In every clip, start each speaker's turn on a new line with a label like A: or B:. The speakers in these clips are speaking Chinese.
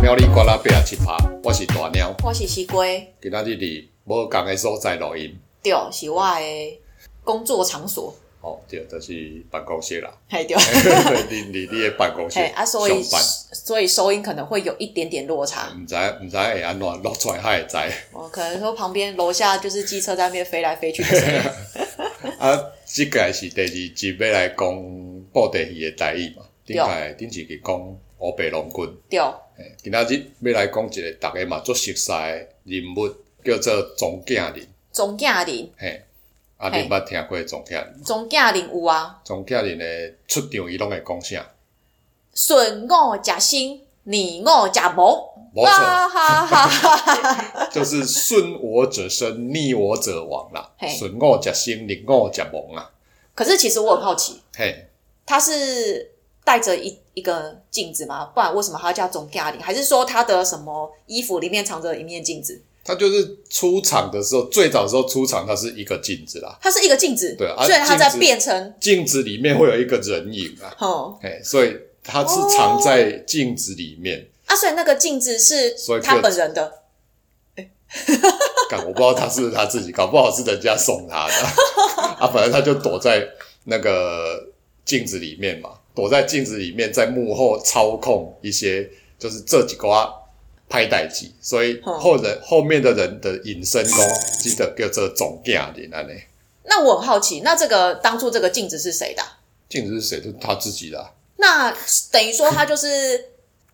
A: 八十七趴，我是大鸟，
B: 我是西龟，
A: 今仔日伫无共诶所在录音。
B: 对，是我的工作场所，
A: 哦，对，就是办公室啦，
B: 嘿对，
A: 你你你诶办公室
B: 嘿啊，所以
A: 哎上
B: 所以收音可能会有一点点落差
A: 班，。毋知毋知会安怎录出来，还会知。
B: 我可能说旁边楼下就是机车在那边飞来飞去的声音，
A: 啊， 即个是第二集要来讲布袋戏诶台语嘛，顶
B: 对
A: 个顶一个讲乌白龙君，
B: 对，
A: 嘿今仔日要来讲一个逐个嘛足熟悉诶人物，叫做钟景林，
B: 总驾林，
A: 嘿，啊，
B: 嘿
A: 你捌听过钟景林？
B: 总驾林有啊，
A: 钟景林诶出场伊拢会讲啥？
B: 顺我假心，你我假谋，
A: 没错
B: 哈哈哈 哈，
A: 就是顺我者生，逆我者亡啦
B: 嘿。
A: 顺我者生，逆我者亡啦。
B: 可是其实我很好奇，
A: 嘿，
B: 他是带着一一个镜子吗？不然为什么他叫总驾林？还是说他的什么衣服里面藏着一面镜子？
A: 他就是出场的时候，最早的时候出场，它是一个镜子啦，
B: 它是一个镜子，
A: 对啊
B: 虽然它在
A: 镜子
B: 变成，
A: 镜子里面会有一个人影啊，
B: 哦，
A: 嘿，所以它是藏在镜子里面。
B: 啊，所以那个镜子是
A: 所以
B: 他
A: 就
B: 本人的，
A: 干、我不知道他是不是他自己，搞不好是人家送他的 啊，反正他就躲在那个镜子里面嘛，躲在镜子里面，在幕后操控一些，就是这几瓜拍代机，所以
B: 哼
A: 后人后面的人的隐身功，记得叫做总驾的那嘞。
B: 那我很好奇，那这个当初这个镜子是谁的啊？
A: 镜子是谁？就是他自己的啊、
B: 那等于说他就是，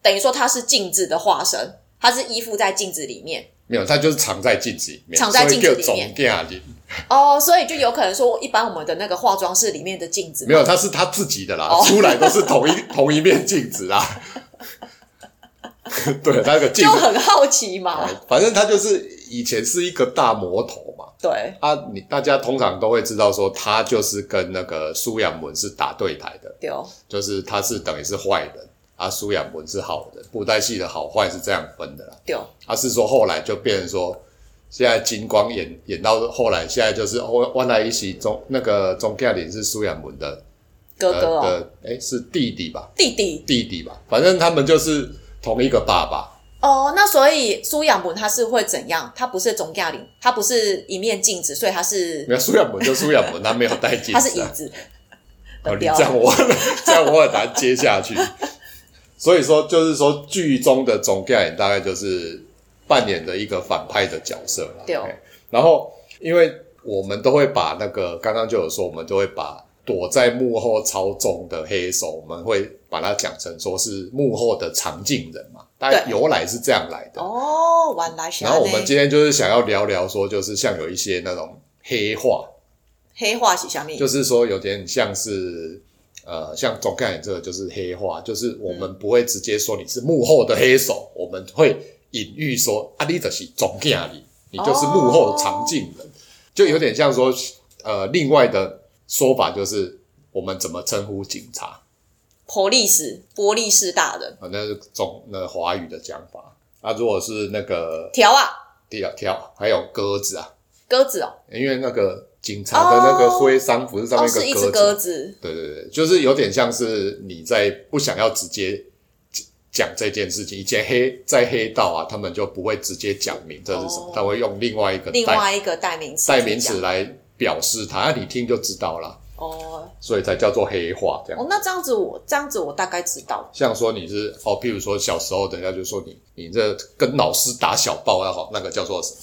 B: 等于说他是镜子的化身，他是依附在镜子里面
A: 没有，他就是藏在镜子里面，
B: 藏在镜子
A: 所
B: 里
A: 以叫
B: 面
A: 总驾的。
B: 哦，所以就有可能说，一般我们的那个化妆室里面的镜子
A: 没，有，他是他自己的啦，
B: 哦
A: 出来都是同一同一面镜子啦。 对，那个镜
B: 就
A: 子
B: 很好奇嘛，
A: 哎反正他就是以前是一个大魔头嘛。
B: 对，
A: 啊，你大家通常都会知道说，他就是跟那个苏养文是打对台的，
B: 对哦，
A: 就是他是等于是坏人，啊，苏养文是好人。布袋戏的好坏是这样分的啦。
B: 对哦，
A: 他、是说后来就变成说，现在金光演演到后来，现在就是后万来一起中那个钟嘉玲是苏养文的
B: 哥哥
A: 呃
B: 哦，
A: 的，哎、是弟弟吧，
B: 弟弟
A: 弟弟吧，反正他们就是同一个爸爸。
B: 哦，那所以苏养文他是会怎样？他不是总驾领，他不是一面镜子，所以他是
A: 没有苏亚文就苏亚文，他没有带镜
B: 他是
A: 子、
B: 椅
A: 啊。
B: 子
A: 哦
B: 的
A: 你
B: 标
A: 这样 我 这样我很难接下去。所以说，就是说剧中的总概念大概就是扮演的一个反派的角色啦。
B: 对哦
A: 嘿然后，因为我们都会把那个刚刚就有说，我们都会把躲在幕后操纵的黑手，我们会把它讲成说是幕后的常进人嘛。大概
B: 对
A: 由来是这样来的。
B: 哦，原来是
A: 然后我
B: 这样
A: 们今天就是想要聊聊说，就是像有一些那种黑化，
B: 黑化是啥物？
A: 就是说有点像是呃，像总概念这个就是黑化，就是我们不会直接说你是幕后的黑手，我们会隐喻说啊，你就是总经理，你就是幕后常进人，就有点像说呃，另外的说法就是我们怎么称呼警察，
B: 波利斯，波利斯大人，
A: 啊，那是中那华语的讲法。啊，如果是那个
B: 条啊，
A: 调调，还有鸽子啊，
B: 鸽子哦，
A: 因为那个警察的那个
B: 哦
A: 徽章不是上
B: 哦
A: 面
B: 是一
A: 一
B: 只
A: 个
B: 鸽
A: 鸽子
B: 子，
A: 对对对，就是有点像是你在不想要直接讲这件事情。以前黑在黑道啊，他们就不会直接讲明这是什么，
B: 哦
A: 他会用另外一个
B: 另
A: 代
B: 外一个代名词，
A: 代名词。来表示它，啊、你听就知道啦，
B: 哦
A: 所以才叫做黑化这样。
B: 哦，那这样子我这样子我大概知道，
A: 像说你是哦，譬如说小时候，人家就说你你这跟老师打小报要好，那个叫做什么？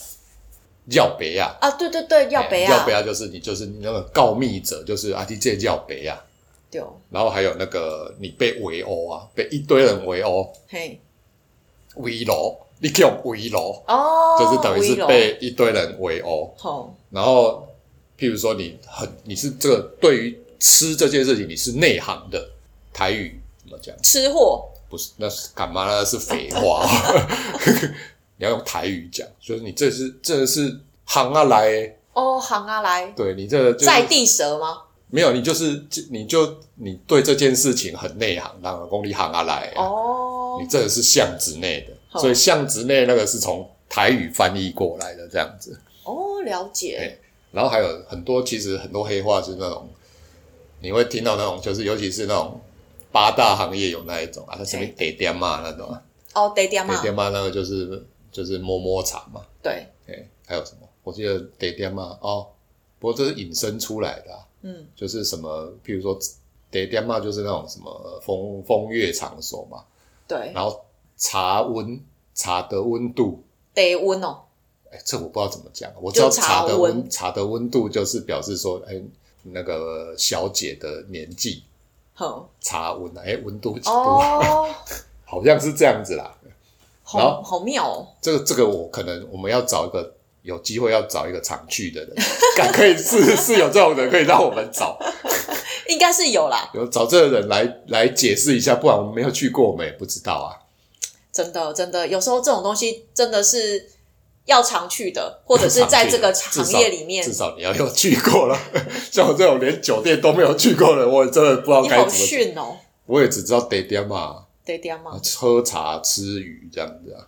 A: 要别啊，
B: 啊，对对对，要背
A: 哎
B: 啊，
A: 要别啊，就是你就是那个告密者，就是啊，你这要别啊。
B: 对，哦
A: 然后还有那个你被围殴啊，被一堆人围殴，
B: 嘿，
A: 围楼，你可以用围楼，
B: 哦，
A: 就是等于是
B: 围
A: 被一堆人围殴。
B: 楼，哦，
A: 然后，譬如说你很你是这个对于吃这件事情你是内行的，台语怎么讲？
B: 吃货，
A: 不是，那是干嘛？那是废话、 你要用台语讲，就是你这是这是行啊来的，
B: 哦，行啊来，
A: 对你这个就是
B: 在地蛇吗？
A: 没有，你就是你就你对这件事情很内行，然后公你行啊来的啊、
B: 哦
A: 你，这个是巷子内的，
B: 好
A: 所以巷子内那个是从台语翻译过来的这样子。
B: 哦，了
A: 哎
B: 解，
A: 然后还有很多，其实很多黑话是那种，你会听到那种，就是尤其是那种八大行业有那一种啊，什么
B: 嘿
A: 得点嘛那种啊，
B: 哦，爹爹嘛
A: 爹，爹妈那个就是就是摸摸茶嘛，
B: 对，
A: 哎，还有什么？我记得爹爹妈哦，不过这是引申出来的、啊，
B: 嗯，
A: 就是什么，譬如说爹爹嘛，就是那种什么风风月场所嘛，
B: 对，
A: 然后茶温茶的温度，
B: 得温哦，
A: 哎，这我不知道怎么讲，我知
B: 就
A: 道
B: 茶
A: 茶的
B: 温
A: 温茶的温度就是表示说，哎，那个小姐的年纪
B: 哼，
A: 茶温，哎，温度几度，
B: 哦，
A: 好像是这样子啦。然
B: 好
A: 后
B: 好妙哦，
A: 这个这个我可能我们要找一个有机会要找一个常去 的人，敢可以是是有这种人可以让我们找，
B: 应该是有啦，
A: 有找这个人来来解释一下，不然我们没有去过，我们也不知道啊。
B: 真的真的，有时候这种东西真的是要常去的，或者是在这个
A: 常去的
B: 行
A: 至少
B: 业里面
A: 至，少你要有去过了， 像我这种连酒店都没有去过的，我真的不知道
B: 你
A: 该
B: 好
A: 怎么。
B: 逊哦，
A: 我也只知道得点嘛，
B: 得爹嘛，
A: 喝茶吃鱼这样子啊，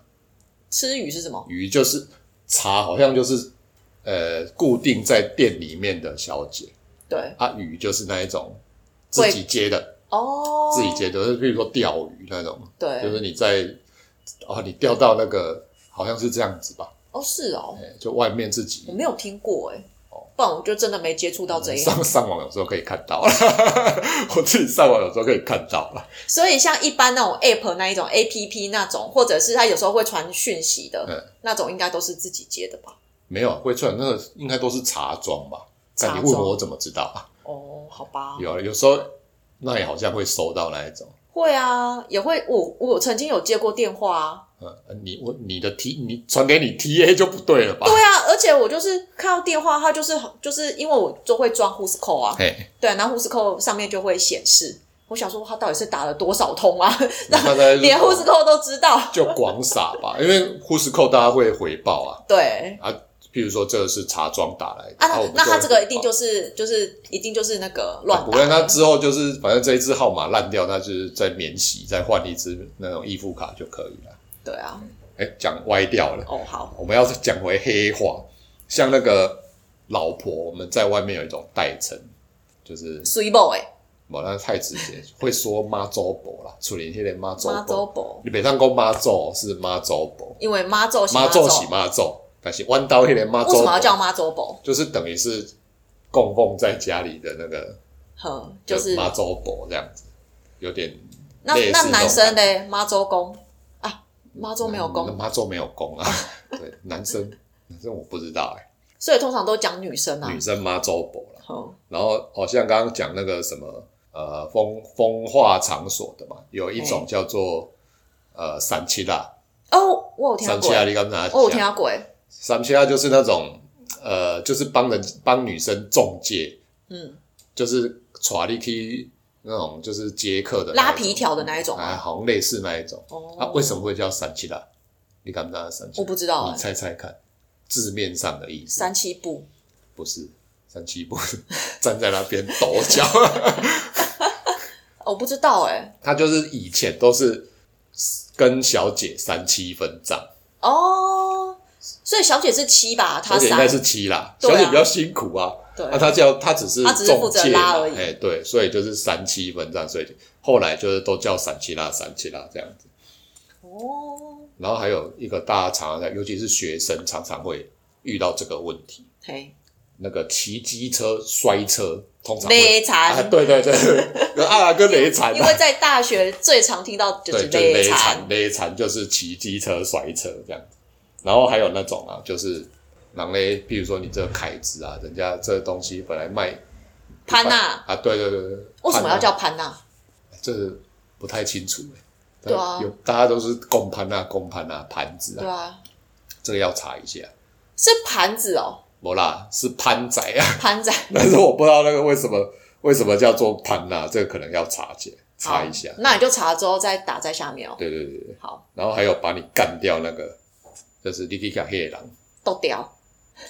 B: 吃鱼是什么？
A: 鱼就是茶，好像就是呃固定在店里面的小姐
B: 对，
A: 啊，鱼就是那一种自己接的。
B: 哦，
A: 自己接的，就是比如说钓鱼那种，就
B: 对，
A: 是你在哦，你钓到那个好像是这样子吧，
B: 哦是哦，
A: 哎就外面自
B: 我
A: 己
B: 没有听过哎，不然我就真的没接触到这一行。
A: 嗯上上网有时候可以看到， 我自己上网有时候可以看到了，
B: 所以像一般那种 app 那一种 app 那种，或者是他有时候会传讯息的、
A: 嗯
B: 那种，应该都是自己接的吧？
A: 没有会串那个应该都是茶庄吧？
B: 茶
A: 但
B: 庄
A: 你问我我怎么知道啊？
B: 哦，好吧，
A: 有有时候那也好像会收到那一种，
B: 会啊，也会。我我曾经有接过电话啊，
A: 嗯，你我你的 T 你传给你 TA 就不对了吧？
B: 对啊，而且我就是看到电话，他就是就是因为我就会装 Who's Call 啊，
A: 嘿，
B: 对，然后 Who's Call 上面就会显示。我想说，他到底是打了多少 通啊？
A: 那大
B: 连
A: 家
B: Who's Call 都知道。啊
A: 就广撒吧，因为呼士扣大家会回报啊，
B: 对
A: 啊，譬如说这个是茶庄打来的，
B: 啊，
A: 然后
B: 那
A: 我们
B: 那
A: 就
B: 他
A: 会
B: 这个
A: 回
B: 一定
A: 报
B: 就是就是一定就是那个乱
A: 不
B: 打
A: 然他之后就是反正这一支号码烂掉，那就是再免洗，再换一支那种易付卡就可以了。
B: 对啊，
A: 哎，讲歪掉了，
B: 哦好，
A: 我们要讲回黑话，像那个老婆，我们在外面有一种代称，就是
B: 水某哎，
A: 某那太直接，会说妈祖婆啦，处理迄个妈祖
B: 妈祖
A: 婆，
B: 婆。
A: 你北上讲妈祖是妈祖婆，
B: 因为妈祖是
A: 妈祖
B: 祖
A: 是妈祖，但是弯刀迄个妈
B: 为什
A: 祖
B: 么要
A: 婆，
B: 叫妈祖宝？
A: 就是等于是供奉在家里的那个
B: 呵，就是
A: 妈祖婆这样子，有点
B: 那
A: 类似
B: 那
A: 这种
B: 男生
A: 感觉
B: 嘞，妈祖公啊，妈祖没有
A: 嗯
B: 公，
A: 妈祖没有公 啊。对，男生男生我不知道哎、
B: 所以通常都讲女生啊
A: 女。生妈周伯了。
B: 呵，
A: 然后好、哦、像刚刚讲那个什么呃风风化场所的嘛，有一种叫做、呃三七啦，
B: 哦，我有听
A: 三七
B: 过，
A: 啦，
B: 哦，
A: 你刚才
B: 我有听过，
A: 三七啦就是那种呃就是帮人帮女生中介，
B: 嗯，
A: 就是耍力去那种就是接客的那一
B: 拉
A: 种
B: 皮条的那一种
A: 啊，
B: 啊。
A: 好像类似那一种。啊，
B: 哦，
A: 为什么嗯会叫三七啦？你敢不敢三七？
B: 我不知道
A: 你
B: 哎，
A: 猜猜看，字面上的意思。
B: 三七步
A: 不是三七步， 站在那边抖 脚。
B: 哦我不知道哎。
A: 他就是以前都是跟小姐三七分账，
B: 哦，所以小姐是七吧？她
A: 而且应该
B: 三，
A: 是七啦，
B: 对啊
A: 小姐比较辛苦啊。
B: 对
A: 那、，他叫他只是
B: 她只是负
A: 中
B: 责
A: 介
B: 拉
A: 嘛
B: 而已
A: 哎，对，所以就是三七分账，所以后来就是都叫三七啦、三七啦这样子。
B: 哦，
A: 然后还有一个大家常常在，尤其是学生常常会遇到这个问题，
B: 嘿，
A: 那个骑机车摔车，通常会
B: 累
A: 啊，
B: 残，
A: 对对对，啊跟雷惨、啊，
B: 因为在大学最常听到就
A: 对，
B: 是
A: 就勒
B: 残
A: 残，，勒残就是骑机车、摔车这样。然后还有那种啊，就是狼勒，譬如说你这个凯子啊，人家这东西本来卖
B: 潘娜
A: 啊，对对对对，
B: 为什么要
A: 潘
B: 叫潘娜？
A: 娜？这是不太清楚哎、
B: 对啊
A: 有大家都是共攀啊、共攀啊、盘子
B: 对
A: 啊，
B: 啊，
A: 这个要查一下。
B: 是盘子哦，
A: 不啦，是潘仔啊，
B: 盘仔
A: 但是我不知道那个为什么为什么叫做潘呐、啊，这个可能要查解查一下
B: 好。那你就查之后再打在下面哦。
A: 对对对对，
B: 好，
A: 然后还有把你干掉那个，就是你去甲黑狼
B: 都掉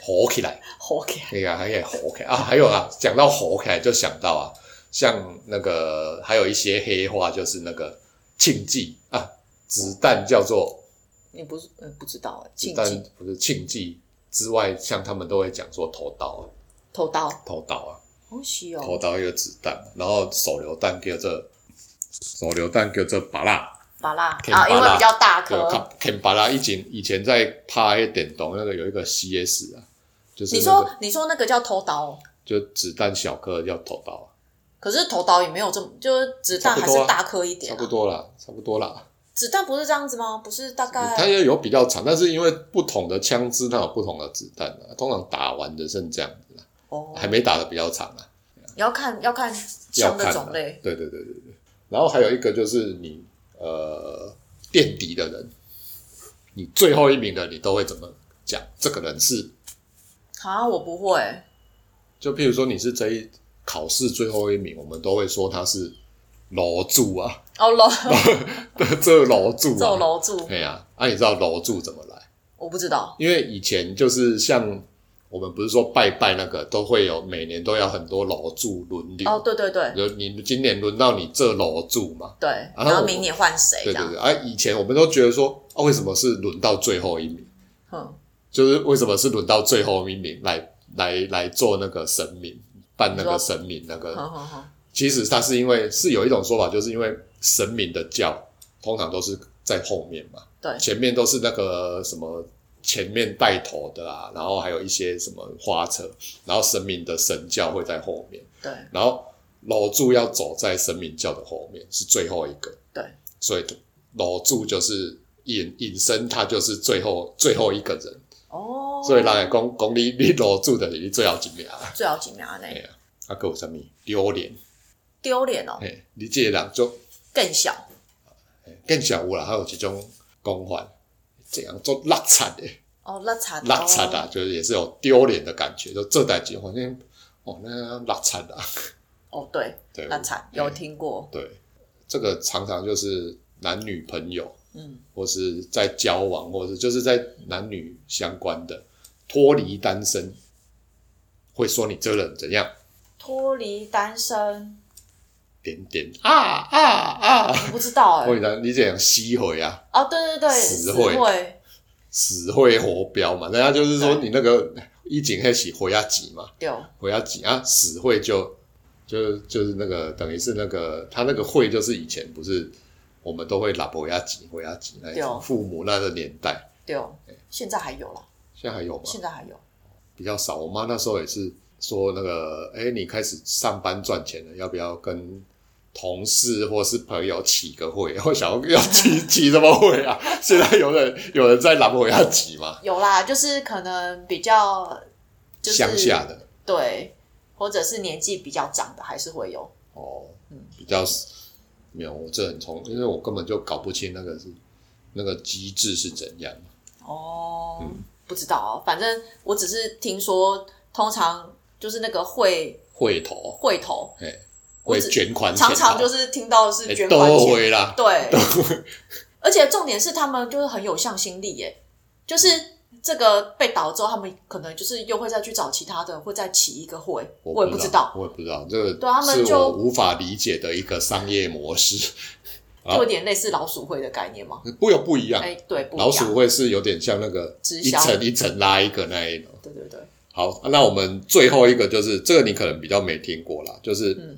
A: 吼起来。
B: ，OK，
A: 哎呀，还可以吼开啊！还有啊，讲到吼开就想到啊，像那个还有一些黑话，就是那个庆忌啊，子弹叫做
B: 你不是嗯不知道哎，
A: 子
B: 禁
A: 弹
B: 忌，
A: 不是庆忌之外，像他们都会讲说头刀啊，
B: 偷刀，
A: 头刀啊，
B: 好喜
A: 头
B: 哦，
A: 刀一个子弹，然后手榴弹叫做手榴弹叫做巴拉，
B: 巴拉
A: 可以
B: 啊，因
A: 巴
B: 为
A: 拉
B: 比较大
A: 有
B: 颗。
A: 肯巴拉以前以前在拍黑电动那个有一个 CS 啊，就是、那
B: 你
A: 个、
B: 说你说那个叫头刀哦，
A: 就子弹小颗要投到啊，
B: 可是头刀也没有这么，就是子弹还
A: 差不多
B: 是
A: 啊
B: 大颗一点、
A: 差
B: 啊。
A: 不多啦，差不多啦。
B: 子弹不是这样子吗？不是大概
A: 它也有比较长，但是因为不同的枪支它有不同的子弹啊，通常打完的剩这样子啦，
B: 哦，
A: 还没打的比较长啊。
B: 你要看要看
A: 要
B: 枪
A: 看
B: 的
A: 啊
B: 种类。
A: 对对对对对。然后还有一个就是你呃垫底的人，你最后一名的你都会怎么讲？这个人是
B: 啊，我不会，
A: 就譬如说你是这一考试最后一名，我们都会说他是楼柱啊，
B: 哦楼
A: 这楼柱
B: 走
A: 啊，
B: 楼柱，
A: 对呀、啊，啊你知道楼柱怎么来？
B: 我不知道。
A: 因为以前就是像我们不是说拜拜那个都会有每年都要很多楼柱轮流，
B: 哦，对对对
A: 就你今年轮到你这楼柱嘛，
B: 对，
A: 啊
B: 然后
A: 我
B: 明年换谁
A: 对
B: 这
A: 对
B: 样？
A: 对，啊以前我们都觉得说啊为什么是轮到最后一名？
B: 嗯，
A: 就是为什么是轮到最后一名来来来做那个神明办那个神明那个
B: 好好好，
A: 其实它是因为是有一种说法，就是因为神明的教通常都是在后面嘛，
B: 对
A: 前面都是那个什么前面带头的啊，然后还有一些什么花车，然后神明的神教会在后面，
B: 对
A: 然后楼柱要走在神明教的后面，是最后一个，
B: 对，
A: 所以楼柱就是引引申，他就是最后最后一个人，
B: 哦，
A: 所以人会讲讲你你楼柱的你最后一名，
B: 最好几秒
A: 哎
B: 内
A: 呀，啊，还有什么丢脸？
B: 丢脸哦，
A: 嘿，你这个人就。
B: 更小
A: 更小有啦，还有一种讲法，这样做落惨的，
B: 哦，垃圾
A: 落惨
B: 哦
A: 啊，就是也是有丢脸的感觉，就这代志好像哦，那落惨啊，
B: 哦，对，
A: 对，
B: 垃圾有听过，
A: 对，这个常常就是男女朋友，
B: 嗯，
A: 或是在交往，或是就是在男女相关的脱离单身，会说你这个人怎样，
B: 脱离单身，
A: 点点啊啊啊，
B: 我不知道哎
A: 或，者你这样吸回啊，
B: 哦，对对对，
A: 死
B: 死
A: 会
B: 会，
A: 死会活标嘛，人家就是说你那个一景黑起回家急嘛。
B: 丢
A: 我要挤啊，死会就就就是那个等于是那个他那个会就是以前不是我们都会拉伯要挤回要挤那一
B: 对
A: 种
B: 哦
A: 父母那个年代，
B: 丢，现在还有啦，
A: 现在还有吗？
B: 现在还有，
A: 比较少。我妈那时候也是说那个，哎、你开始上班赚钱了，要不要跟同事或是朋友起个会？我想要要起 起什么会啊？现在有人有人在拉伯要挤吗？
B: 有啦，就是可能比较就是
A: 乡下的
B: 对，或者是年纪比较长的还是会有，
A: 哦
B: 嗯，
A: 比较没有，我这很冲，因为我根本就搞不清那个是那个机制是怎样。
B: 哦，
A: 嗯
B: 不知道哦，反正我只是听说，通常就是那个会
A: 会投，
B: 会头，
A: 哎，
B: 我
A: 会
B: 只
A: 捐款钱啊，
B: 常常就是听到的是
A: 哎
B: 捐款
A: 都
B: 钱，
A: 会啦，
B: 对，而且重点是他们就是很有向心力耶，就是这个被倒之后，他们可能就是又会再去找其他的，会再起一个会，我也不知道，，
A: 我也不知道，这个
B: 对啊他们
A: 是我
B: 就
A: 无法理解的一个商业模式，啊
B: 就有点类似老鼠会的概念嘛，
A: 不有不一样。
B: 哎，对，不一样
A: 老鼠，会是有点像那个
B: 直
A: 一
B: 销
A: 层一层拉一个那一种。
B: 对对对，
A: 好，那我们最后一个就是这个，你可能比较没听过啦，就是
B: 嗯，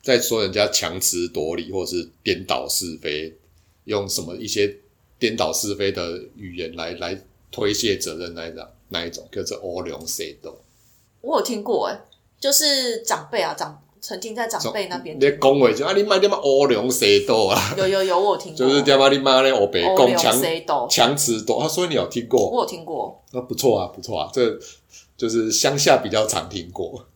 A: 在说人家强词夺理，或是颠倒是非，用什么一些颠倒是非的语言来来推卸责任那一种那一种，就是欧龙谁斗。
B: 我有听过哎，就是长辈啊，长曾经在长辈那边
A: 你恭维就啊，你妈你妈欧龙谁斗啊，
B: 有有有，我有听过，
A: 就是爹妈你妈咧欧北
B: 哦欧
A: 共
B: 流
A: 强
B: 谁斗，
A: 强词夺啊，所以你有听过？
B: 我有听过。
A: 那、不错啊，不错啊，这就是乡下比较常听过。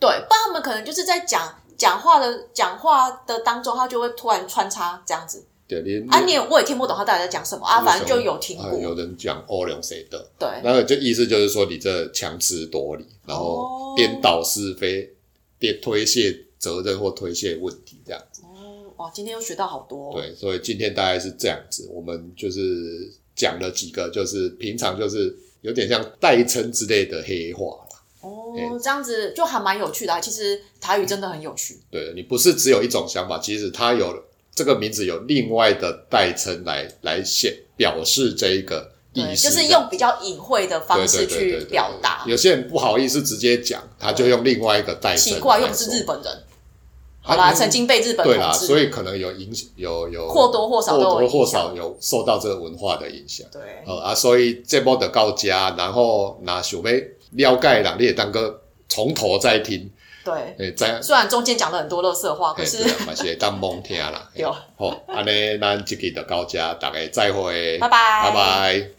B: 对，不然他们可能就是在讲讲话的讲话的当中，他就会突然穿插这样子
A: 对，你
B: 啊，你也我也听不懂他到底在讲什么啊，反正就有听
A: 啊
B: 过，
A: 有人讲欧龙谁斗。
B: 对，
A: 那个就意思就是说，你这强词夺理，然后
B: 哦
A: 颠倒是非，颠推卸责任或推卸问题这样子。
B: 哦，哇，今天又学到好多、哦，
A: 对，所以今天大概是这样子，我们就是讲了几个，就是平常就是有点像代称之类的黑话啦。
B: 哦，这样子就还蛮有趣的、啊，其实台语真的很有趣，
A: 对你不是只有一种想法，其实它有这个名字有另外的代称来来显表示这一个意
B: 对，
A: 思，
B: 就是用比较隐晦的方式
A: 对对对对
B: 去
A: 对
B: 表达
A: 有，些人不好意思直接讲，他就用另外一个代称来说。啊
B: 奇怪，又不是日本人，好啦，曾经被日本
A: 对啦，
B: 统治，
A: 所以可能有影响，有有
B: 或多或少
A: 或
B: 都有
A: 多
B: 影
A: 或
B: 响
A: 少有受到这个文化的影响。
B: 对，
A: 呃啊，所以这波的到家，然后那想要了解人，你也当个从头再听，
B: 对，
A: 诶，再
B: 虽然中间讲了很多垃圾话，可
A: 嘿
B: 哦是
A: 对啊，嘛是会当蒙 听啦。嘿
B: 对
A: 好，安尼咱这期就到这，大家再会，
B: 拜拜
A: 拜拜。